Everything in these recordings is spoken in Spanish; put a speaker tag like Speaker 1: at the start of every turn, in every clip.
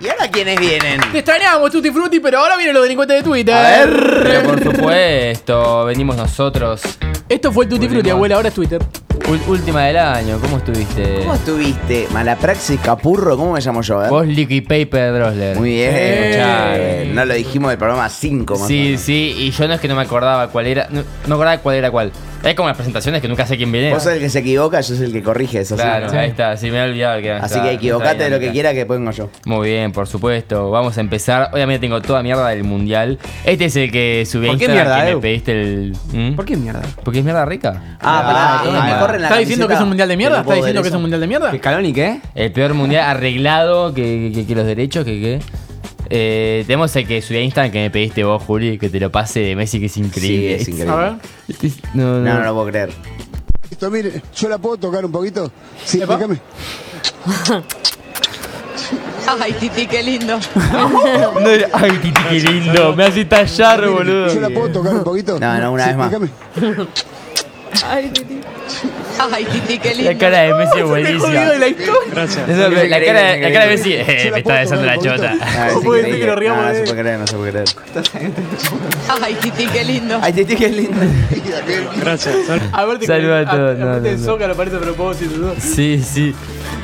Speaker 1: ¿Y ahora quiénes vienen?
Speaker 2: Te extrañamos, Tutti Frutti, pero ahora vienen los delincuentes de Twitter.
Speaker 1: A ver.
Speaker 3: Pero por supuesto, venimos nosotros.
Speaker 2: Esto fue el Tutti Frutti,
Speaker 3: Volvimos.
Speaker 2: abuela, ahora es Twitter.
Speaker 3: Ul- última del año, ¿cómo estuviste?
Speaker 1: ¿Cómo estuviste? Malapraxis Capurro, ¿cómo me llamo yo? eh?
Speaker 3: Vos, Licky Paper Drosler.
Speaker 1: Muy bien.
Speaker 3: Eh.
Speaker 1: Escuchá, No lo dijimos del programa 5 más o
Speaker 3: Sí,
Speaker 1: menos.
Speaker 3: sí, y yo no es que no me acordaba cuál era. No, no acordaba cuál era cuál. Es como las presentaciones que nunca sé quién viene.
Speaker 1: Vos sos el que se equivoca, yo soy el que corrige eso. ¿sí?
Speaker 3: Claro,
Speaker 1: Sí.
Speaker 3: ahí está, sí, me he olvidado que
Speaker 1: Así que equivocate de lo que quiera
Speaker 3: quieras
Speaker 1: que pongo yo.
Speaker 3: Muy bien, por supuesto. Vamos a empezar. Obviamente tengo toda mierda del mundial. Este es el que subí a
Speaker 1: ¿Por qué
Speaker 3: Instagram
Speaker 1: mierda,
Speaker 3: que
Speaker 1: Edu?
Speaker 3: me pediste el. ¿Mm?
Speaker 2: ¿Por qué mierda?
Speaker 3: Porque es mierda rica.
Speaker 1: Ah, pará,
Speaker 3: ah,
Speaker 1: me corren la
Speaker 2: ¿Estás diciendo que es un mundial de mierda?
Speaker 1: ¿Está
Speaker 2: ¿Estás diciendo que es un mundial de mierda?
Speaker 4: ¿Caloni qué?
Speaker 3: El peor mundial arreglado que, que- que los derechos, que qué. Eh, tenemos el que subí a Instagram que me pediste vos, Juli, que te lo pase de Messi, que es
Speaker 1: Sí,
Speaker 3: increíble.
Speaker 1: es increíble.
Speaker 2: A ver.
Speaker 3: Este es- no,
Speaker 1: No,
Speaker 3: no.
Speaker 1: no lo puedo creer.
Speaker 5: Esto, mire, ¿yo la puedo tocar un poquito? Sí,
Speaker 2: ¿Epa?
Speaker 5: déjame.
Speaker 6: Ay, Titi, qué lindo.
Speaker 3: No era- Ay, Titi, qué lindo. Me hace tallar, boludo.
Speaker 5: ¿Yo la puedo tocar un poquito?
Speaker 1: No, no, una
Speaker 5: Sí,
Speaker 1: vez más.
Speaker 5: déjame.
Speaker 6: Ay, Titi. Ay, Titi, qué lindo.
Speaker 3: La cara de Messi es buenísima.
Speaker 2: Jodido de la historia.
Speaker 3: Eso, la, la cara, la cara de Messi, eh,
Speaker 5: Yo la
Speaker 3: me está
Speaker 5: puedo
Speaker 3: besando la
Speaker 5: tocar un
Speaker 3: chota.
Speaker 5: poquito.
Speaker 1: Ah, es
Speaker 2: ¿Cómo puede ser
Speaker 1: increíble.
Speaker 2: que nos riamos
Speaker 1: no, no
Speaker 2: de
Speaker 1: se
Speaker 2: él?
Speaker 1: puede creer, no se puede creer.
Speaker 6: Ay, Titi, qué lindo.
Speaker 1: Ay, Titi, qué lindo.
Speaker 2: A ver, te
Speaker 3: Saluda a
Speaker 2: a-
Speaker 3: todos. No,
Speaker 2: a- te
Speaker 3: no, no.
Speaker 2: Zócalo parece a propósito. ¿no?
Speaker 3: Sí, sí.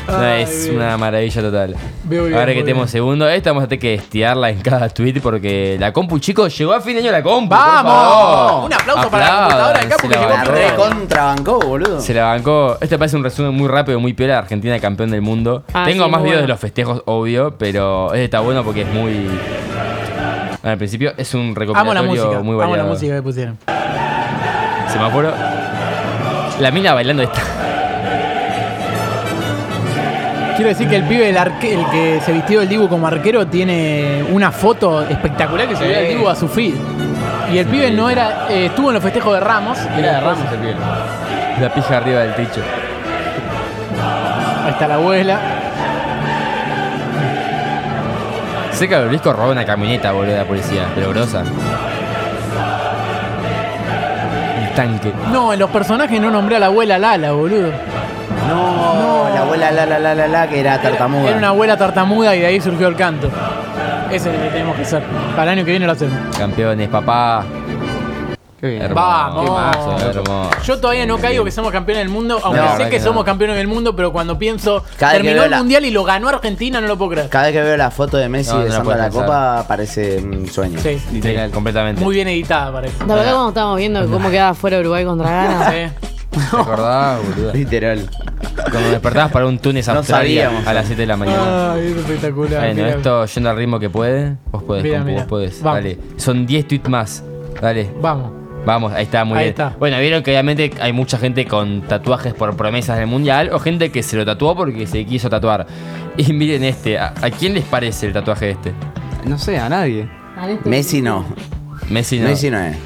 Speaker 3: No,
Speaker 2: Ay,
Speaker 3: es
Speaker 2: bien.
Speaker 3: una maravilla total.
Speaker 2: Veo bien,
Speaker 3: Ahora que
Speaker 2: muy
Speaker 3: tenemos
Speaker 2: bien.
Speaker 3: segundo, esta vamos a tener que estiarla en cada tweet porque la compu, chicos, llegó a fin de año la compu. por
Speaker 2: ¡Vamos!
Speaker 3: favor.
Speaker 2: Un aplauso para la computadora de
Speaker 3: Aplaudan,
Speaker 2: Capu
Speaker 3: se
Speaker 2: que
Speaker 3: la
Speaker 2: llegó a
Speaker 1: La
Speaker 3: bancó.
Speaker 1: re contrabancó, boludo.
Speaker 3: Se la bancó. Este parece un resumen muy rápido, muy piola. Argentina campeón del mundo.
Speaker 7: Ah,
Speaker 3: Tengo
Speaker 7: sí,
Speaker 3: más
Speaker 7: muy
Speaker 3: videos de
Speaker 7: bueno.
Speaker 3: los festejos, obvio, pero este está bueno porque es muy. Al principio es un
Speaker 2: Amo
Speaker 3: recopilatorio
Speaker 2: la música.
Speaker 3: muy
Speaker 2: Amo la
Speaker 3: variado.
Speaker 2: música que pusieron.
Speaker 3: Semáforo. La mina bailando esta.
Speaker 2: Quiero decir que el pibe, el, arque- el que se vistió el Dibu como arquero, tiene una foto espectacular que subió el Dibu a su feed. Y el pibe no era. eh, estuvo en los festejos de Ramos.
Speaker 3: Era de Ramos el pibe. La pija arriba del techo.
Speaker 2: Ahí está la abuela.
Speaker 3: Sé que el obelisco robó una camioneta, boludo, de la policía, pero grosa. El tanque.
Speaker 2: No, en los personajes no nombré a la abuela Lala, boludo.
Speaker 1: No, la abuela la la la la la que era tartamuda.
Speaker 2: Era una abuela tartamuda y de ahí surgió el canto. Ese es el que tenemos que hacer. Para el año que viene lo hacemos.
Speaker 3: Campeones, papá.
Speaker 4: Qué bien.
Speaker 3: Hermoso,
Speaker 2: Vamos.
Speaker 3: hermoso, hermoso.
Speaker 2: Yo todavía no caigo que somos campeones del mundo, aunque
Speaker 1: No, la
Speaker 2: sé
Speaker 3: verdad
Speaker 2: que,
Speaker 3: que
Speaker 2: somos
Speaker 3: no.
Speaker 2: campeones del mundo, pero cuando pienso,
Speaker 1: Cada vez que
Speaker 2: terminó
Speaker 1: veo
Speaker 2: el
Speaker 1: la-
Speaker 2: mundial y lo ganó Argentina, no lo puedo creer.
Speaker 1: Cada vez que veo la foto de Messi
Speaker 3: No, no la
Speaker 1: besando
Speaker 3: puedes
Speaker 1: la
Speaker 3: pensar.
Speaker 1: copa, parece un sueño.
Speaker 2: Sí,
Speaker 3: Literal, completamente.
Speaker 2: muy bien editada parece.
Speaker 7: La verdad, cuando estábamos viendo cómo quedaba fuera Uruguay contra Ghana.
Speaker 2: Sí.
Speaker 3: ¿Te acordás, boludo?
Speaker 1: Literal.
Speaker 3: Cuando despertabas para un Túnez
Speaker 1: No
Speaker 3: Australia
Speaker 1: sabíamos.
Speaker 3: a las 7 de la mañana.
Speaker 2: Ay, es espectacular.
Speaker 3: bueno,
Speaker 2: Ah, mira.
Speaker 3: esto yendo al ritmo que puede. Vos podés,
Speaker 2: Mira,
Speaker 3: compu,
Speaker 2: mira.
Speaker 3: vos podés.
Speaker 2: Vamos.
Speaker 3: Dale. Son 10 tweets más. Dale.
Speaker 2: Vamos.
Speaker 3: Vamos, ahí está, muy
Speaker 2: Ahí
Speaker 3: bien.
Speaker 2: está.
Speaker 3: Bueno, vieron que obviamente hay mucha gente con tatuajes por promesas del mundial o gente que se lo tatuó porque se quiso tatuar. Y miren este, ¿a, a quién les parece el tatuaje este?
Speaker 4: No sé, a nadie.
Speaker 1: Messi no.
Speaker 3: Messi no.
Speaker 1: Messi no es.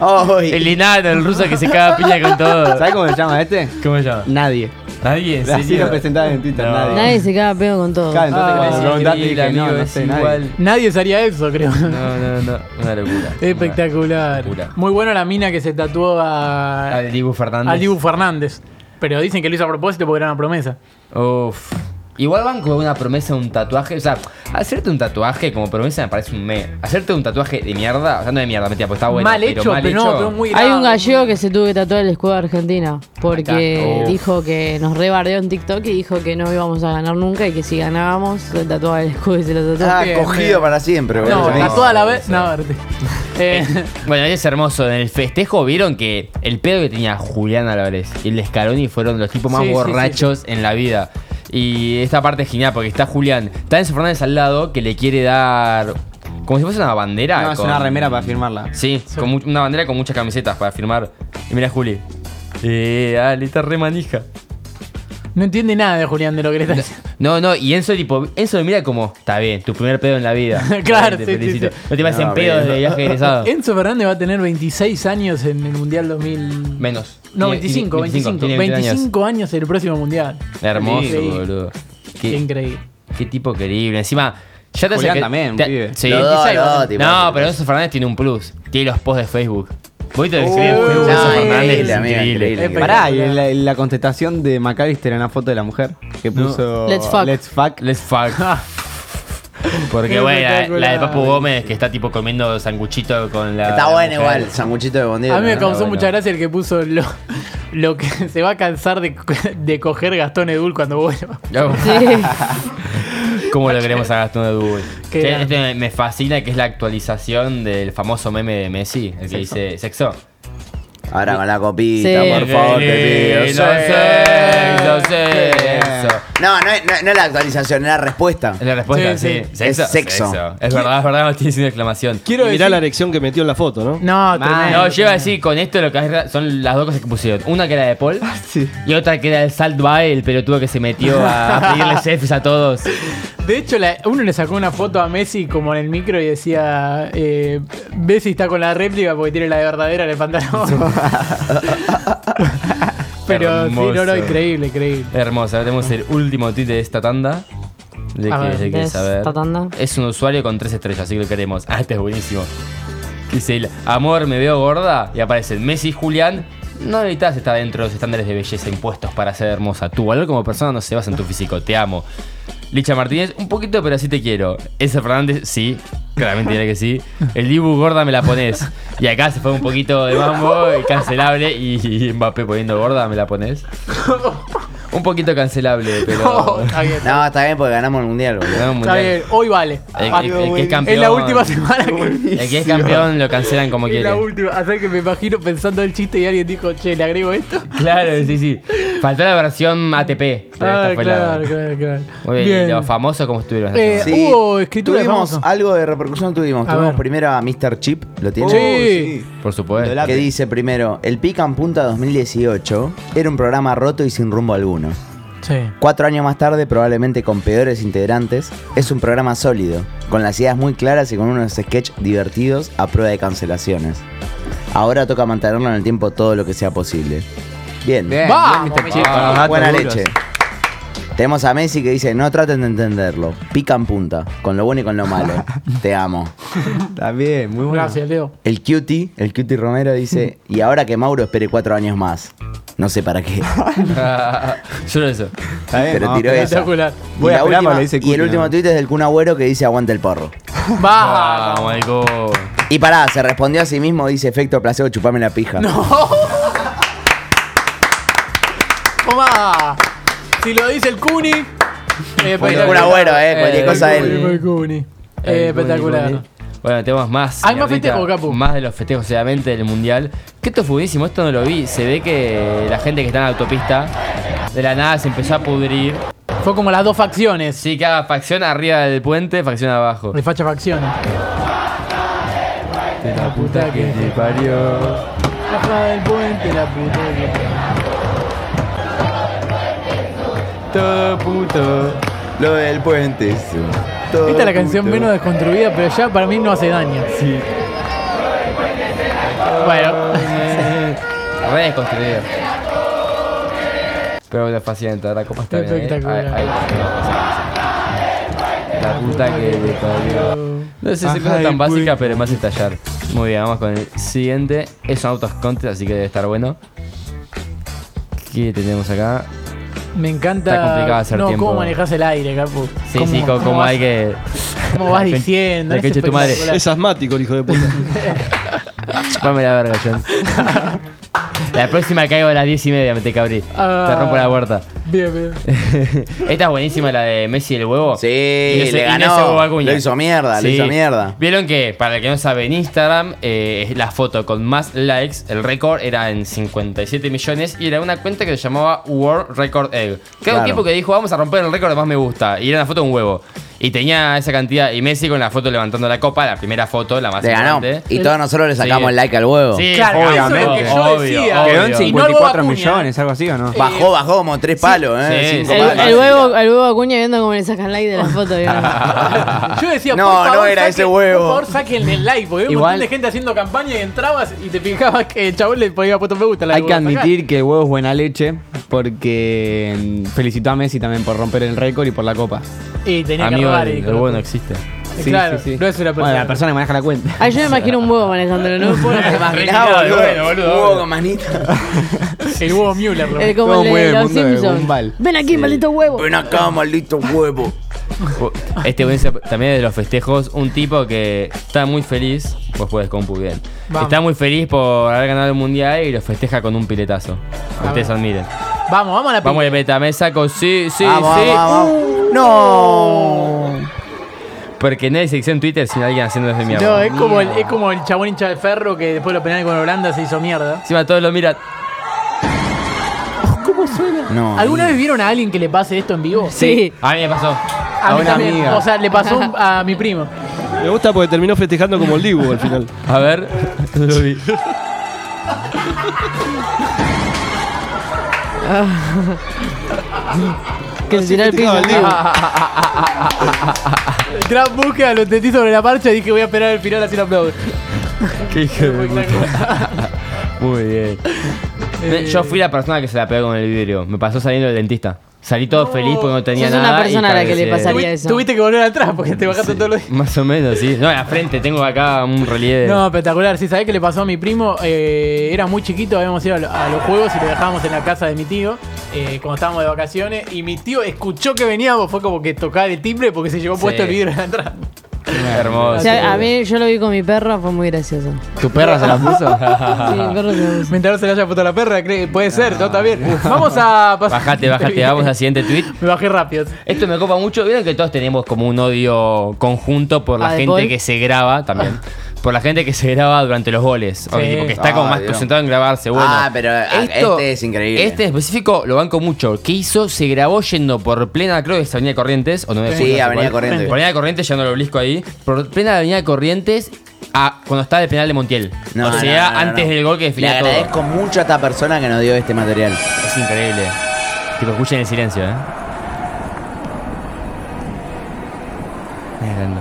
Speaker 1: Oh, y-
Speaker 3: El enano, el ruso que se caga piña con todo.
Speaker 4: ¿Sabes cómo se llama este?
Speaker 3: ¿Cómo se llama?
Speaker 4: Nadie.
Speaker 3: Nadie, en
Speaker 4: Así
Speaker 3: serio?
Speaker 4: lo presentaba en Twitter,
Speaker 3: No.
Speaker 4: nadie.
Speaker 7: Nadie se queda pedo con todo.
Speaker 4: Claro, entonces
Speaker 3: Ah,
Speaker 4: cuando
Speaker 3: Messi,
Speaker 4: me preguntaste
Speaker 3: increíble,
Speaker 4: dije, no,
Speaker 3: amigo,
Speaker 4: no
Speaker 3: es
Speaker 4: sé, nadie.
Speaker 3: igual.
Speaker 2: Nadie sería eso, creo.
Speaker 3: No, no, no, una locura.
Speaker 2: Espectacular.
Speaker 3: Locura.
Speaker 2: Muy bueno la mina que se tatuó a,
Speaker 3: Al Dibu Fernández.
Speaker 2: al Dibu Fernández. Pero dicen que lo hizo a propósito porque era una promesa.
Speaker 3: Uf. Igual van con una promesa de un tatuaje. O sea, hacerte un tatuaje como promesa me parece un me. Hacerte un tatuaje de mierda. O sea, no de mierda, mentira, pues
Speaker 1: Ah,
Speaker 3: está bueno.
Speaker 2: mal hecho, pero,
Speaker 3: mal
Speaker 2: no,
Speaker 3: hecho.
Speaker 2: pero muy
Speaker 7: Hay
Speaker 2: grave.
Speaker 7: un gallego que se tuvo que tatuar el escudo de Argentina
Speaker 3: Acá.
Speaker 7: porque
Speaker 3: Uf.
Speaker 7: dijo que nos rebardeó en TikTok y dijo que no íbamos a ganar nunca y que si ganábamos se tatuaba el escudo y se lo tatuaba.
Speaker 1: Ah,
Speaker 2: bien,
Speaker 1: cogido
Speaker 2: bien.
Speaker 1: para siempre,
Speaker 2: No,
Speaker 1: boludo.
Speaker 3: no,
Speaker 2: tatuada a la
Speaker 3: no
Speaker 2: vez.
Speaker 3: sé.
Speaker 2: No, verte. Eh,
Speaker 3: Bueno, es hermoso. En el festejo vieron que el pedo que tenía Julián Álvarez y el Scaloni fueron los tipos más
Speaker 2: Sí, sí, sí,
Speaker 3: borrachos en la vida. Y esta parte es genial porque está Julián, está Enzo Fernández al lado que le quiere dar. Como si fuese una bandera.
Speaker 4: No, es
Speaker 3: con-
Speaker 4: una remera para firmarla.
Speaker 3: Sí, con mu- una bandera con muchas camisetas para firmar. Y mira, Juli. Eh, dale, está re manija.
Speaker 2: no entiende nada de Julián de lo que le está diciendo.
Speaker 3: No, no, y Enzo tipo, Enzo me mira como, está bien, tu primer pedo en la vida.
Speaker 2: Claro,
Speaker 3: te
Speaker 2: sí, sí,
Speaker 3: felicito.
Speaker 2: sí.
Speaker 3: No te pasen
Speaker 1: No,
Speaker 3: pedos
Speaker 1: bien.
Speaker 3: de viaje egresado.
Speaker 2: Enzo Fernández va a tener 26 años en el Mundial 2000.
Speaker 3: Menos.
Speaker 2: No,
Speaker 3: Tiene-
Speaker 2: 25,
Speaker 3: tiene
Speaker 2: 25. 25,
Speaker 3: tiene 21
Speaker 2: años en el próximo Mundial.
Speaker 3: años. Hermoso,
Speaker 2: Sí.
Speaker 3: boludo.
Speaker 2: Qué
Speaker 3: Qué,
Speaker 2: increíble.
Speaker 3: qué tipo querible. Encima, ya te
Speaker 4: Julián
Speaker 3: acerqué-
Speaker 4: también,
Speaker 3: te-
Speaker 4: pibe.
Speaker 3: Sí.
Speaker 1: Los dos, los dos, tipo.
Speaker 3: no, pero Enzo Fernández tiene un plus. Tiene los posts de Facebook. Voy a escribir
Speaker 1: Uh,
Speaker 3: Facebook de Enzo
Speaker 1: no,
Speaker 3: Fernández.
Speaker 1: increíble,
Speaker 3: Es
Speaker 1: amigo,
Speaker 3: increíble.
Speaker 1: increíble.
Speaker 2: Espectacular.
Speaker 4: Pará, y la, la contestación de McAllister en la foto de la mujer que puso
Speaker 7: Let's fuck.
Speaker 4: Let's fuck.
Speaker 3: Let's fuck. Porque
Speaker 2: Qué
Speaker 3: bueno,
Speaker 2: espectacular.
Speaker 3: la de Papu Gómez que está tipo comiendo sanguchito con la.
Speaker 1: Está
Speaker 3: la
Speaker 1: bueno
Speaker 3: mujer.
Speaker 1: igual, sanguchito de bondiola.
Speaker 2: A mí me
Speaker 1: ¿no?
Speaker 2: causó
Speaker 1: Bueno.
Speaker 2: mucha gracia el que puso lo, lo que se va a cansar de, co- de coger Gastón Edul cuando vuelva.
Speaker 3: ¿Cómo lo queremos a Gastón de Dubuy?
Speaker 2: Qué
Speaker 3: Che,
Speaker 2: grande.
Speaker 3: este me- me fascina que es la actualización del famoso meme de Messi, el que dice sexo.
Speaker 1: Ahora con la copita,
Speaker 7: Sí.
Speaker 1: por favor, te pido.
Speaker 3: Qué lindo,
Speaker 1: Sí.
Speaker 3: sexo, sexo.
Speaker 1: No, no, es- no, no es la actualización, es la respuesta.
Speaker 3: Es la respuesta,
Speaker 2: Sí,
Speaker 3: sí.
Speaker 2: sí.
Speaker 3: Sexo.
Speaker 1: Es sexo.
Speaker 3: Es verdad, es verdad, no tiene signo de exclamación.
Speaker 2: Quiero
Speaker 8: Y mirá
Speaker 2: decir-
Speaker 8: la erección que metió en la foto, ¿no?
Speaker 2: No, tremendo.
Speaker 3: No, lleva a decir con esto lo que es- son las dos cosas que pusieron. Una que era de Paul y otra que era el Salt Bae, el pelotudo que se metió a pedirle selfies a todos.
Speaker 2: De hecho, la- uno le sacó una foto a Messi como en el micro y decía: eh, Messi está con la réplica porque tiene la de verdadera en el pantalón. Pero sí, no, no,
Speaker 3: Hermoso.
Speaker 2: increíble, increíble.
Speaker 3: Hermosa, ahora tenemos el último tweet de esta tanda. De
Speaker 2: A
Speaker 3: que,
Speaker 2: ver.
Speaker 3: de que
Speaker 7: ¿Ves
Speaker 3: saber.
Speaker 7: esta tanda?
Speaker 3: Es un usuario con tres estrellas, así que lo queremos. Ah, este es buenísimo. Que Dice el amor, me veo gorda. Y aparecen Messi y Julián. No necesitas estar dentro de los estándares de belleza impuestos para ser hermosa. Tu valor como persona no se basa en tu físico. Te amo. Licha Martínez, un poquito, pero sí te quiero. Ese Fernández, sí. Claramente diré que sí. El Dibu gorda me la pones. Y acá se fue un poquito de mambo y cancelable. Y, y Mbappé poniendo gorda me la pones. Un poquito cancelable, pero.
Speaker 2: Oh, está bien.
Speaker 1: No, está bien porque ganamos el mundial, boludo.
Speaker 3: No,
Speaker 2: Está
Speaker 3: mundial.
Speaker 2: bien, hoy vale.
Speaker 3: El- el- el que es campeón.
Speaker 2: Es la última semana que.
Speaker 3: El que es campeón lo cancelan como
Speaker 2: Es
Speaker 3: quiere.
Speaker 2: la última. Así que me imagino pensando el chiste y alguien dijo, che, le agrego esto.
Speaker 3: Claro, sí, sí. Faltó la versión ATP. pero
Speaker 2: Ah,
Speaker 3: esta fue la-
Speaker 2: claro, claro, claro.
Speaker 3: Muy bien, ¿y los famosos como estuvieron. esta
Speaker 2: Eh,
Speaker 3: semana?
Speaker 1: Sí.
Speaker 2: Hubo escritura de
Speaker 1: Tuvimos
Speaker 2: famoso.
Speaker 1: algo de repercusión, tuvimos.
Speaker 2: A
Speaker 1: tuvimos
Speaker 2: ver.
Speaker 1: primero a Mr. Chip, ¿lo
Speaker 4: Uh,
Speaker 1: tiene?
Speaker 2: Sí.
Speaker 3: Por supuesto.
Speaker 1: Que dice primero, el Pica en Punta 2018 era un programa roto y sin rumbo alguno.
Speaker 2: Sí.
Speaker 1: Cuatro años más tarde, probablemente con peores integrantes, es un programa sólido, con las ideas muy claras y con unos sketches divertidos a prueba de cancelaciones. Ahora toca mantenerlo en el tiempo todo lo que sea posible. Bien,
Speaker 4: Bien,
Speaker 2: Vamos,
Speaker 4: bien, Mr.
Speaker 2: Messi.
Speaker 4: Chip.
Speaker 3: Ah, datos
Speaker 1: buena
Speaker 3: duros.
Speaker 1: leche. Tenemos a Messi que dice, no traten de entenderlo, pica en punta, con lo bueno y con lo malo. Te amo.
Speaker 4: Está bien, muy bueno.
Speaker 2: Gracias, Leo.
Speaker 1: El cutie, el cutie Romero dice, y ahora que Mauro espere cuatro años más. No sé para qué.
Speaker 3: Solo eso.
Speaker 4: Está bien,
Speaker 1: Pero
Speaker 4: vamos,
Speaker 1: tiró
Speaker 4: espera.
Speaker 1: esa.
Speaker 2: Espectacular.
Speaker 1: Y
Speaker 4: Voy a
Speaker 1: la
Speaker 4: esperar,
Speaker 1: última-
Speaker 4: le dice
Speaker 1: y el
Speaker 4: Cuti,
Speaker 1: último
Speaker 4: ¿no?
Speaker 1: tuit es del Kun Agüero que dice aguanta el porro. Ah,
Speaker 2: Va.
Speaker 3: Vamos, Nico.
Speaker 1: Y pará, se respondió a sí mismo, dice efecto placebo, chupame la pija.
Speaker 2: Toma. Si lo dice el Cuni. eh,
Speaker 1: Bueno,
Speaker 2: espectacular.
Speaker 1: un agüero, eh,
Speaker 3: Eh,
Speaker 1: cualquier cosa de
Speaker 2: El Cuni,
Speaker 1: él.
Speaker 2: el Cuni. Eh, espectacular.
Speaker 3: Bueno, tenemos más.
Speaker 2: ¿Hay más
Speaker 3: señorita,
Speaker 2: festejos, Capu?
Speaker 3: Más de los festejos, obviamente, del mundial. Que esto fue buenísimo, esto no lo vi. Se ve que la gente que está en la autopista de la nada se empezó a pudrir.
Speaker 2: Fue como las dos facciones.
Speaker 3: Sí, que haga facción arriba del puente, facción abajo.
Speaker 2: De facha facciones.
Speaker 3: la
Speaker 2: puta que te
Speaker 3: parió.
Speaker 2: Baja del puente, la puta que-
Speaker 4: Todo puto. Lo del puente. sí. Todo
Speaker 2: Esta es la canción
Speaker 4: puto.
Speaker 2: menos desconstruida, pero ya para mí no hace daño.
Speaker 4: Sí.
Speaker 2: Bueno.
Speaker 3: Re desconstruido. Pero una paciente, ahora cómo está bien. eh?
Speaker 2: Espectacular.
Speaker 3: Ahí- ahí. La puta que te parió. No sé si es
Speaker 4: Baja
Speaker 3: cosa
Speaker 4: del
Speaker 3: tan básica,
Speaker 4: puente.
Speaker 2: pues.
Speaker 3: pero me hace estallar. Muy bien, vamos con el siguiente. Es un autos contest, así que debe estar bueno. ¿Qué tenemos acá?
Speaker 2: Me encanta.
Speaker 3: Está complicado hacer
Speaker 2: no,
Speaker 3: tiempo.
Speaker 2: cómo manejas el aire, Capu.
Speaker 3: Sí,
Speaker 2: ¿Cómo-
Speaker 3: sí, co- como
Speaker 2: cómo
Speaker 3: hay
Speaker 2: vas-
Speaker 3: que.
Speaker 2: cómo vas diciendo?
Speaker 3: La
Speaker 2: Es
Speaker 3: que eche tu madre.
Speaker 2: espectacular.
Speaker 8: Es asmático el hijo de puta.
Speaker 3: Chupame la verga, John. La próxima caigo a las 10 y media, me te cabrí. Te
Speaker 2: Ah.
Speaker 3: rompo la puerta.
Speaker 2: Bien, bien.
Speaker 3: Esta es buenísima, la de Messi y el huevo.
Speaker 1: Sí,
Speaker 3: Y no se-
Speaker 1: le
Speaker 3: y no
Speaker 1: ganó.
Speaker 3: se hubo Acuña.
Speaker 1: Lo hizo mierda, lo hizo mierda.
Speaker 3: Vieron que, para el que no sabe, en Instagram, eh, es la foto con más likes, el récord era en 57 millones y era una cuenta que se llamaba World Record Egg. Que era
Speaker 1: Claro.
Speaker 3: un tipo que dijo, vamos a romper el récord de más me gusta. Y era una foto de un huevo. Y tenía esa cantidad. Y Messi con la foto levantando la copa, la primera foto, la más
Speaker 1: Le ganó.
Speaker 3: importante.
Speaker 1: Y todos nosotros le sacamos
Speaker 3: Sí.
Speaker 1: el like al huevo.
Speaker 3: Sí,
Speaker 2: Claro,
Speaker 3: obvio,
Speaker 4: eso es lo
Speaker 3: obvio,
Speaker 4: que
Speaker 2: yo
Speaker 3: obvio,
Speaker 2: decía.
Speaker 3: obvio.
Speaker 4: Quedó en
Speaker 2: Y no lo
Speaker 4: 54
Speaker 2: vacuña.
Speaker 4: millones, algo así, ¿o no?
Speaker 1: Bajó, bajó como tres palos, ¿eh?
Speaker 3: Sí,
Speaker 1: Cinco
Speaker 3: sí.
Speaker 1: palos.
Speaker 7: El, el huevo, el huevo Acuña viendo cómo le sacan like de la foto. digamos.
Speaker 2: Yo decía,
Speaker 1: No,
Speaker 2: por favor,
Speaker 1: no era
Speaker 2: saquen-
Speaker 1: ese huevo.
Speaker 2: Por favor, saquen el like, porque había un
Speaker 4: Igual-
Speaker 2: montón de gente haciendo campaña y entrabas y te fijabas que el chabón le ponía puesto me gusta. a la
Speaker 4: Hay que
Speaker 2: vos sacás.
Speaker 4: admitir que el huevo es buena leche porque mm, felicitó a Messi también por romper el récord y por la copa.
Speaker 2: Y tenía que
Speaker 3: Amigo,
Speaker 2: robar.
Speaker 3: el,
Speaker 2: y
Speaker 3: el huevo no existe.
Speaker 4: Sí,
Speaker 2: claro,
Speaker 4: sí, sí.
Speaker 2: no es una persona.
Speaker 4: Bueno, la persona que maneja la cuenta.
Speaker 7: Ay, yo me imagino un huevo manejándolo, no me puedo
Speaker 1: Imaginaba,
Speaker 3: Claro, bueno, boludo,
Speaker 1: boludo.
Speaker 3: boludo.
Speaker 1: Hugo con manita.
Speaker 2: El huevo Müller. ¿no?
Speaker 7: Eh, como
Speaker 4: Todo
Speaker 7: el
Speaker 4: mueve
Speaker 7: de
Speaker 4: el
Speaker 7: los
Speaker 4: mundo de
Speaker 7: Simpsons.
Speaker 4: Gumball.
Speaker 7: Ven aquí, maldito huevo.
Speaker 1: Ven acá, maldito huevo.
Speaker 3: Este buen se- también es de los festejos, un tipo que está muy feliz, pues puedes compu bien.
Speaker 2: Vamos.
Speaker 3: Está muy feliz por haber ganado el mundial y lo festeja con un piletazo. Ustedes admiren.
Speaker 2: Vamos, vamos a la
Speaker 3: Vamos
Speaker 2: pi-
Speaker 3: a metamesa con sí, sí,
Speaker 1: Vamos,
Speaker 3: sí.
Speaker 1: vamos,
Speaker 2: Uh.
Speaker 1: vamos. No.
Speaker 3: Uh, Porque nadie se dice en Twitter sin alguien haciendo ese mierda.
Speaker 2: No, eh. es como, el, es como el chabón hincha de ferro que después de los penales con Holanda se hizo mierda.
Speaker 3: Encima todos lo miran.
Speaker 2: ¿Cómo suena?
Speaker 1: No.
Speaker 2: ¿Alguna vez vieron a alguien que le pase esto en vivo?
Speaker 7: Sí.
Speaker 3: A mí me pasó.
Speaker 2: A, mí
Speaker 4: una
Speaker 2: también.
Speaker 4: amiga.
Speaker 2: O sea, le pasó a mi primo.
Speaker 8: Me gusta porque terminó festejando como el Dibu al final.
Speaker 3: A ver. Lo vi.
Speaker 7: Que se tiró el piso.
Speaker 8: festejaba el Dibu.
Speaker 2: Gran búsqueda, lo entendí sobre la marcha y dije voy a esperar el final así lo aplaudo.
Speaker 3: Qué hijo de puta. Muy bien. Me- Yo fui la persona que se la pegó con el vidrio. Me pasó saliendo del dentista. Salí todo feliz porque no tenía
Speaker 7: Sos una
Speaker 3: nada. y
Speaker 7: persona a la que le
Speaker 3: cabeceé.
Speaker 7: pasaría
Speaker 2: Tuvi-
Speaker 7: eso.
Speaker 2: Tuviste que volver atrás porque te bajaste todos los días.
Speaker 3: Más o menos, sí. No, en la frente tengo acá un relieve.
Speaker 2: No, espectacular. Sí, ¿sabés qué le pasó a mi primo? Eh, era muy chiquito, habíamos ido a, lo- a los juegos y lo dejábamos en la casa de mi tío eh, cuando estábamos de vacaciones. Y mi tío escuchó que veníamos, fue como que tocaba el timbre porque se llevó puesto el vidrio de atrás.
Speaker 3: Hermoso.
Speaker 7: O sea, a mí yo lo vi con mi perro, fue muy gracioso. Sí,
Speaker 4: ¿Tu perra se la puso?
Speaker 7: mi perro se lo puso.
Speaker 2: Mientras no se le haya puesto la perra, cree- puede ser, ¿no? Está bien. Vamos a pasar.
Speaker 3: Ah. Bajate, bajate. Vamos al siguiente tweet.
Speaker 2: Me bajé rápido.
Speaker 3: Esto me copa mucho. Vieron que todos tenemos como un odio conjunto por la
Speaker 7: ¿A De
Speaker 3: gente
Speaker 7: Paul?
Speaker 3: que se graba también. Por la gente que se graba durante los goles. O
Speaker 2: Sí.
Speaker 3: que, tipo, que está como
Speaker 1: Ah,
Speaker 3: más
Speaker 1: Dios.
Speaker 3: concentrado en grabarse. Bueno,
Speaker 1: Ah, pero, ah, este es increíble.
Speaker 3: Este específico lo banco mucho. ¿Qué hizo? Se grabó yendo por plena, creo que es Avenida Corrientes. O no me
Speaker 1: Sí,
Speaker 3: acuerdo, no sé
Speaker 1: Avenida
Speaker 3: cuál.
Speaker 1: Corrientes.
Speaker 3: Por Avenida Corrientes, ya no lo obelisco ahí. Por plena Avenida Corrientes, a, cuando estaba el penal de Montiel. o sea,
Speaker 1: no, no,
Speaker 3: antes
Speaker 1: no.
Speaker 3: del gol que
Speaker 1: Le
Speaker 3: definía todo.
Speaker 1: agradezco mucho a esta persona que nos dio este material.
Speaker 3: Es increíble. Tipo, escuchen el silencio, ¿eh? Ahí hablando.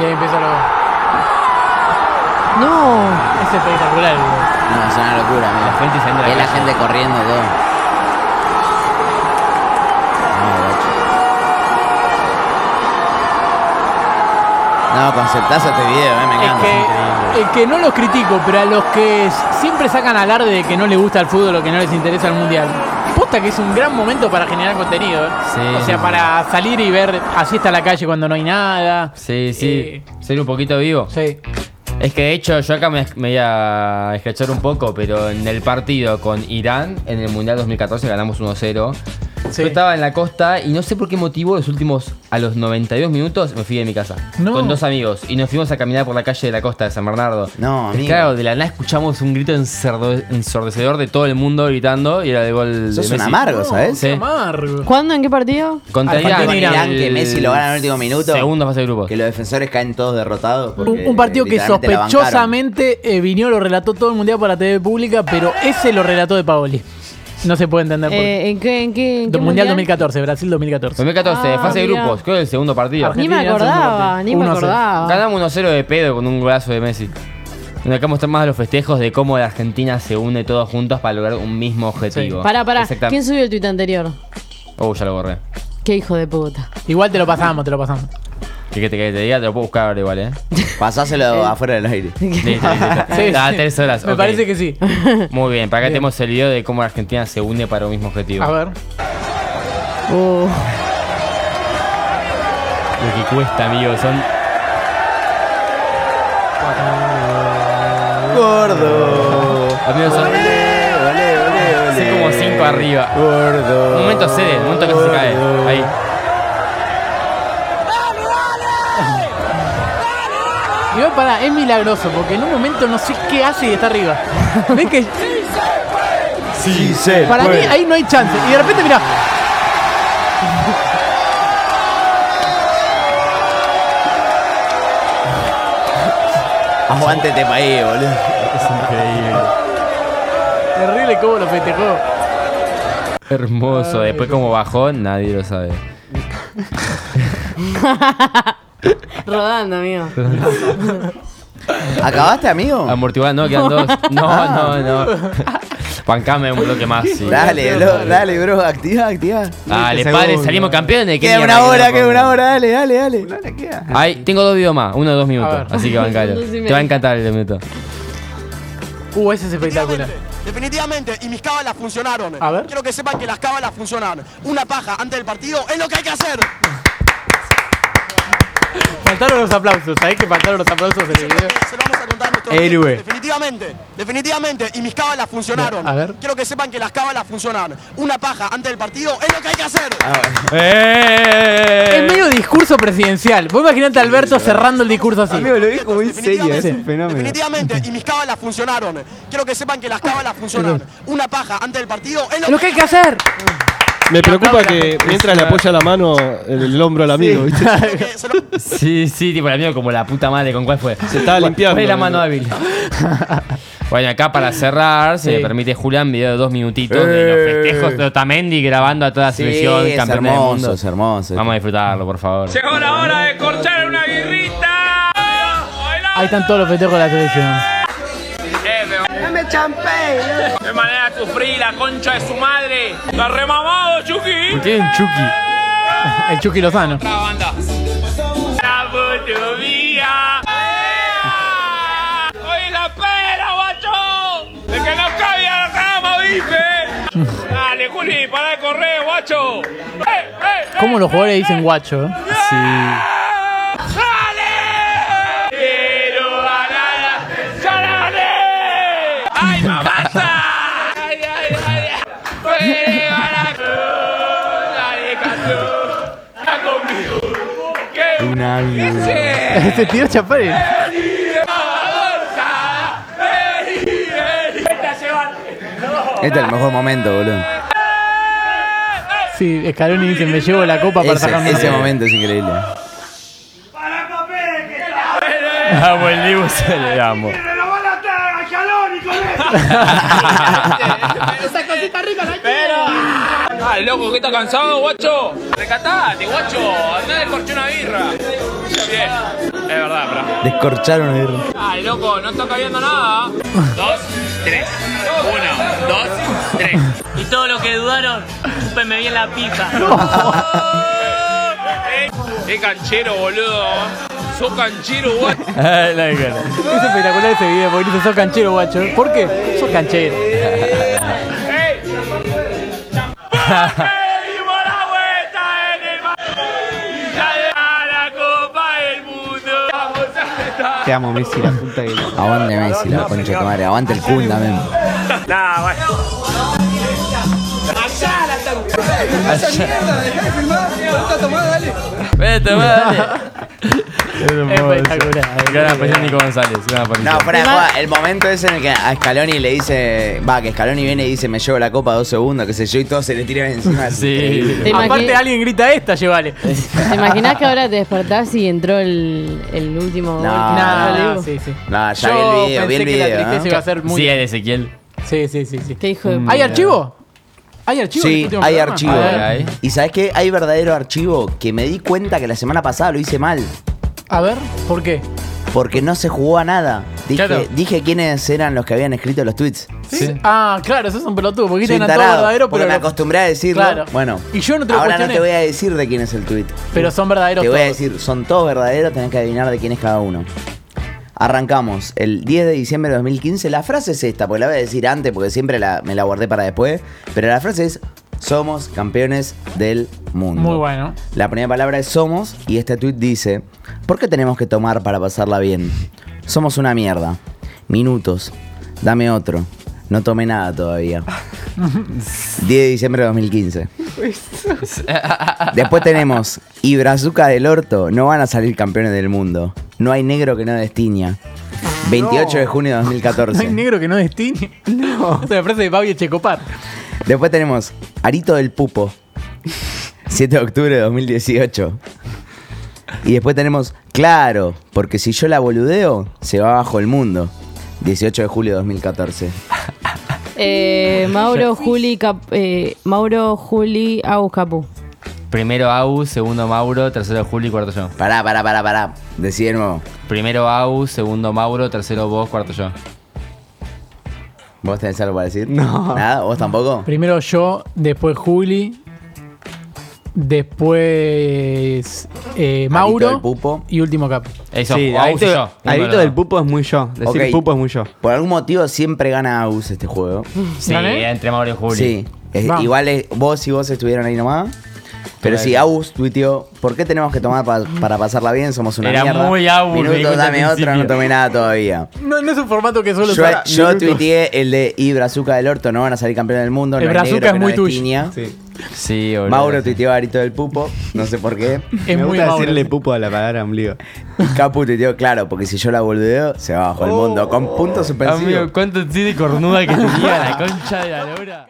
Speaker 2: Y ahí empieza lo.
Speaker 7: No.
Speaker 2: Es espectacular. güey.
Speaker 1: No, es una locura, amigo.
Speaker 3: La gente saliendo de la
Speaker 1: Es la
Speaker 3: calle.
Speaker 1: gente corriendo todo. No, guacho. No, conceptazo este video, eh, me encanta.
Speaker 2: Es que, es que no los critico, pero a los que s- siempre sacan alarde de que no les gusta el fútbol o que no les interesa el mundial. Posta que es un gran momento para generar contenido. ¿eh?
Speaker 3: Sí.
Speaker 2: O sea, para salir y ver así está la calle cuando no hay nada.
Speaker 3: Sí, sí.
Speaker 2: Eh.
Speaker 3: Ser un poquito vivo.
Speaker 2: Sí.
Speaker 3: Es que de hecho yo acá me, me voy a escrachar un poco, pero en el partido con Irán, en el Mundial 2014, ganamos 1-0.
Speaker 2: Sí.
Speaker 3: Yo estaba en la costa y no sé por qué motivo, los últimos, a los 92 minutos, me fui de mi casa.
Speaker 2: No.
Speaker 3: Con dos amigos. Y nos fuimos a caminar por la calle de la costa de San Bernardo.
Speaker 1: No,
Speaker 3: Es
Speaker 1: amigo.
Speaker 3: Claro, de la nada escuchamos un grito encerdo- ensordecedor de todo el mundo gritando y era el gol
Speaker 1: Sos
Speaker 3: de
Speaker 1: un
Speaker 3: Messi.
Speaker 1: amargo, ¿sabes?
Speaker 3: Sí.
Speaker 2: Amargo.
Speaker 7: ¿Cuándo? ¿En qué partido?
Speaker 3: Contra
Speaker 2: Argentina,
Speaker 3: Irán.
Speaker 1: Irán, que
Speaker 3: el
Speaker 1: Messi lo gana en el último minuto.
Speaker 3: Segunda fase de grupos.
Speaker 1: Que los defensores caen todos derrotados.
Speaker 2: Un-
Speaker 1: porque
Speaker 2: un partido que
Speaker 1: literalmente la bancaron.
Speaker 2: sospechosamente eh, Viñó lo relató todo el mundial para la TV pública, pero ese lo relató de Paoli. No se puede entender por qué.
Speaker 7: Eh, ¿En qué? ¿En qué? en qué
Speaker 2: Do- mundial 2014, Brasil 2014.
Speaker 3: 2014,
Speaker 7: Ah,
Speaker 3: fase de
Speaker 7: mirá.
Speaker 3: grupos, creo que el segundo partido.
Speaker 7: Ni me
Speaker 2: Argentina,
Speaker 7: acordaba, ni me
Speaker 2: 1-0.
Speaker 7: acordaba.
Speaker 3: Ganamos 1-0 de pedo con un golazo de Messi. Bueno, acá mostrar más los festejos de cómo la Argentina se une todos juntos para lograr un mismo objetivo.
Speaker 2: Sí.
Speaker 7: Pará, pará. ¿Quién
Speaker 3: Exactamente.
Speaker 7: subió el tuit anterior?
Speaker 3: Oh, ya lo borré.
Speaker 7: Qué hijo de puta.
Speaker 2: Igual te lo pasamos, te lo pasamos.
Speaker 3: ¿Qué que te, que te diga? Te lo puedo buscar ahora igual, ¿eh?
Speaker 1: Pasáselo afuera del aire.
Speaker 3: Listo, listo, listo. Ah, tres horas.
Speaker 2: Me
Speaker 3: ok.
Speaker 2: parece que sí.
Speaker 3: Muy bien, para acá tenemos el video de cómo la Argentina se une para un mismo objetivo.
Speaker 2: A ver.
Speaker 7: Uh,
Speaker 2: Oh.
Speaker 3: Lo que cuesta, amigo, son.
Speaker 1: Gordo.
Speaker 3: Amigos, son.
Speaker 1: Olé, olé, olé,
Speaker 3: Son
Speaker 1: olé.
Speaker 3: como cinco arriba.
Speaker 1: Gordo.
Speaker 3: Un momento cede, un momento que se cae. Ahí.
Speaker 2: Igual pará, es milagroso, porque en un momento no sé qué hace y está arriba. ¿Ves que
Speaker 1: Sí, se
Speaker 2: para mí
Speaker 1: puede.
Speaker 2: ahí no hay chance? Y de repente, mirá.
Speaker 1: Aguántete pa' ahí, este boludo.
Speaker 2: Terrible cómo lo festejó.
Speaker 3: Hermoso. Después, como bajó, nadie lo sabe.
Speaker 7: rodando, amigo.
Speaker 1: ¿Acabaste, amigo?
Speaker 3: Amortiguada, no, quedan dos. No, no, no. Bancame un bloque más. sí.
Speaker 1: Dale, bro, dale, bro, activa, activa.
Speaker 3: Dale, padre, salimos campeones. ¿qué
Speaker 1: Queda
Speaker 3: mierda
Speaker 1: una hora,
Speaker 3: no
Speaker 1: queda una
Speaker 3: podemos?
Speaker 1: hora, dale, dale, dale. Una hora queda.
Speaker 3: Ahí, tengo dos videos más, uno de dos minutos.
Speaker 2: ver.
Speaker 3: Así que bancalo.
Speaker 7: Dos y medio.
Speaker 3: Te va a encantar el de minuto.
Speaker 2: Uh, ese es espectacular.
Speaker 9: Definitivamente, y mis cábalas funcionaron.
Speaker 2: A ver.
Speaker 9: Quiero que sepan que las cábalas funcionan. Una paja antes del partido es lo que hay que hacer.
Speaker 2: Faltaron los aplausos, ¿sabés que faltaron los aplausos en el video?
Speaker 9: Se lo vamos a contar a nuestro
Speaker 2: Héroe.
Speaker 9: oyente. Definitivamente, definitivamente, y mis cábalas funcionaron.
Speaker 2: A ver.
Speaker 9: Quiero que sepan que las cábalas funcionan. Una paja antes del partido es lo que hay que hacer.
Speaker 2: Ah. Es medio discurso presidencial. Vos imaginate a Alberto cerrando el discurso así.
Speaker 4: Amigo, lo dijo como en serio, es un
Speaker 9: Definitivamente,
Speaker 4: fenómeno.
Speaker 9: definitivamente, y mis cábalas funcionaron. Quiero que sepan que las
Speaker 2: Ah,
Speaker 9: cábalas funcionan. Una paja antes del partido es
Speaker 2: Lo que hay que hacer.
Speaker 8: Me preocupa que mientras le apoya la mano, el, el hombro al amigo, ¿viste?
Speaker 9: Quiero que se lo-
Speaker 3: Sí, sí, tipo el amigo como la puta madre, ¿con cuál fue?
Speaker 8: Se estaba limpiando.
Speaker 3: Fue la mano hábil. Bueno, acá para cerrar, se
Speaker 2: Sí.
Speaker 3: le permite Julián video de dos minutitos de los festejos de Otamendi grabando a toda la
Speaker 1: Sí,
Speaker 3: selección,
Speaker 1: es
Speaker 3: campeón del
Speaker 1: hermoso,
Speaker 3: mundo.
Speaker 1: es hermoso.
Speaker 3: Vamos a disfrutarlo, por favor.
Speaker 2: Ahí están todos los festejos de la selección.
Speaker 3: ¿Por qué un Chucky?
Speaker 2: El Chucky Lozano. ¿Cómo los jugadores dicen guacho? eh?
Speaker 1: Una
Speaker 2: Este tío Chapari.
Speaker 1: Este es el mejor momento, boludo.
Speaker 2: Sí, Escaloni dice, me llevo la copa para
Speaker 1: Ese,
Speaker 2: sacarme una
Speaker 1: ese
Speaker 2: copa".
Speaker 1: momento es increíble.
Speaker 3: Ah, buen libro, se le amo.
Speaker 1: Descorcharon el
Speaker 10: Y todos los que dudaron, chúpenme bien la pija.
Speaker 3: Ay, la cara.
Speaker 2: Es espectacular ese video porque dice, sos canchero, guacho. ¿Por qué? Sos canchero.
Speaker 4: Te amo, Messi, la puta que lo-
Speaker 1: Aguante Messi, la concha de tu madre. Aguante el Kun también.
Speaker 3: Vete, vale.
Speaker 2: Espectacular.
Speaker 3: Gran aparición Nico González. Gran
Speaker 1: No,
Speaker 3: aparición.
Speaker 1: fuera de joda, el momento es en el que a Scaloni le dice. Va, que Scaloni viene y dice, me llevo la copa dos segundos, qué sé yo, y todos se le tiran encima. Es increíble.
Speaker 3: Sí.
Speaker 7: Te imagi-
Speaker 2: Aparte alguien grita esta, llévale.
Speaker 7: ¿Te imaginás que ahora te despertás y entró el, el último gol?
Speaker 1: No.
Speaker 2: Nada,
Speaker 7: Nada,
Speaker 2: sí, sí.
Speaker 1: No, ya
Speaker 2: Yo
Speaker 1: vi el video, vi el
Speaker 2: pensé que la
Speaker 1: video. ¿eh?
Speaker 2: tristeza
Speaker 1: ¿no?
Speaker 2: iba a ser muy...
Speaker 3: Sí, el Ezequiel.
Speaker 2: Sí, sí, sí. sí.
Speaker 7: Qué hijo de
Speaker 2: Mm. ¿Hay
Speaker 7: puta.
Speaker 2: archivo? ¿Hay archivo? en
Speaker 1: Sí,
Speaker 2: este último
Speaker 1: hay
Speaker 2: programa?
Speaker 1: archivo.
Speaker 3: A ver, ahí.
Speaker 1: Y sabes qué? Hay verdadero archivo que me di cuenta que la semana pasada lo hice mal.
Speaker 2: A ver, ¿por qué?
Speaker 1: Porque no se jugó a nada. Dije,
Speaker 2: Claro.
Speaker 1: dije quiénes eran los que habían escrito los tweets.
Speaker 2: ¿Sí? Ah, claro, eso es un pelotudo, porque
Speaker 1: Soy
Speaker 2: tienen
Speaker 1: un
Speaker 2: a todo
Speaker 1: tarado,
Speaker 2: verdadero,
Speaker 1: porque
Speaker 2: pero.
Speaker 1: me acostumbré a decirlo.
Speaker 2: Claro.
Speaker 1: Bueno,
Speaker 2: Y yo no te lo
Speaker 1: ahora no
Speaker 2: cuestioné.
Speaker 1: te voy a decir de quién es el tweet.
Speaker 2: Pero son verdaderos
Speaker 1: Te voy a
Speaker 2: todos.
Speaker 1: decir, son todos verdaderos, tenés que adivinar de quién es cada uno. Arrancamos el 10 de diciembre de 2015. La frase es esta, porque la voy a decir antes, porque siempre la- me la guardé para después. Pero la frase es: Somos campeones del mundo.
Speaker 2: Muy bueno.
Speaker 1: La primera palabra es somos y este tweet dice, ¿por qué tenemos que tomar para pasarla bien? Somos una mierda. Minutos. Dame otro. No tomé nada todavía. 10 de diciembre de 2015. Después tenemos, y Brazuca del Orto no van a salir campeones del mundo. No hay negro que no destiña. 28 de junio de
Speaker 2: No hay
Speaker 1: 2014.
Speaker 2: negro que no destine. No. Es una frase de Pablo Checopar.
Speaker 1: Después tenemos Arito del Pupo. 7 de octubre de 2018. Y después tenemos, claro, porque si yo la boludeo, se va bajo el mundo. 18 de julio de 2014.
Speaker 7: Eh, Mauro, Juli, Cap- eh, Mauro, Juli, Agus Capú.
Speaker 3: Primero Au, segundo Mauro, tercero Juli, cuarto yo.
Speaker 1: Pará, pará, pará, pará. Decí de nuevo.
Speaker 3: Primero Au, segundo Mauro, tercero vos, cuarto yo.
Speaker 1: ¿Vos tenés algo para decir? No. ¿Nada? ¿Vos tampoco?
Speaker 2: Primero yo, después Juli, después eh, Mauro
Speaker 1: del Pupo.
Speaker 2: y último Capo.
Speaker 4: sí, Adicto, Adicto del Pupo es muy yo. Decir
Speaker 1: Ok.
Speaker 4: Pupo es muy yo.
Speaker 1: Por algún motivo siempre gana Agus este juego.
Speaker 3: Sí,
Speaker 1: ¿Gané?
Speaker 3: entre Mauro y Juli.
Speaker 1: Sí. Es-
Speaker 3: Vamos.
Speaker 1: igual es- vos y vos estuvieron ahí nomás. Pero
Speaker 3: Claro.
Speaker 1: sí, Agus tuiteó, ¿por qué tenemos que tomar pa- para pasarla bien? Somos una
Speaker 3: Era
Speaker 1: mierda.
Speaker 3: muy Agus, me di
Speaker 1: Minutos,
Speaker 3: cuenta
Speaker 1: dame
Speaker 3: al
Speaker 1: otra, no
Speaker 3: principio.
Speaker 1: tomé nada todavía.
Speaker 2: No, no es un formato que solo
Speaker 1: Yo,
Speaker 2: sea-
Speaker 1: yo tuiteé el de y Brazuca del Orto, no van a salir campeón del mundo.
Speaker 2: El
Speaker 1: no
Speaker 2: Brazuca
Speaker 1: negro
Speaker 2: es
Speaker 1: que no
Speaker 2: muy tuyo.
Speaker 1: piña.
Speaker 3: Sí, boludo.
Speaker 1: Mauro tuiteó Arito del Pupo, no sé por qué.
Speaker 2: Es
Speaker 4: Me
Speaker 2: muy
Speaker 4: gusta
Speaker 2: Mauro.
Speaker 4: decirle Pupo a la palabra ombligo.
Speaker 1: Y Capu tuiteó, claro, porque si yo la boludeo, se va bajo el mundo. Con puntos suspensivos.
Speaker 3: Amigo, ¿cuánto tiene cornuda que tenía la concha de la lora?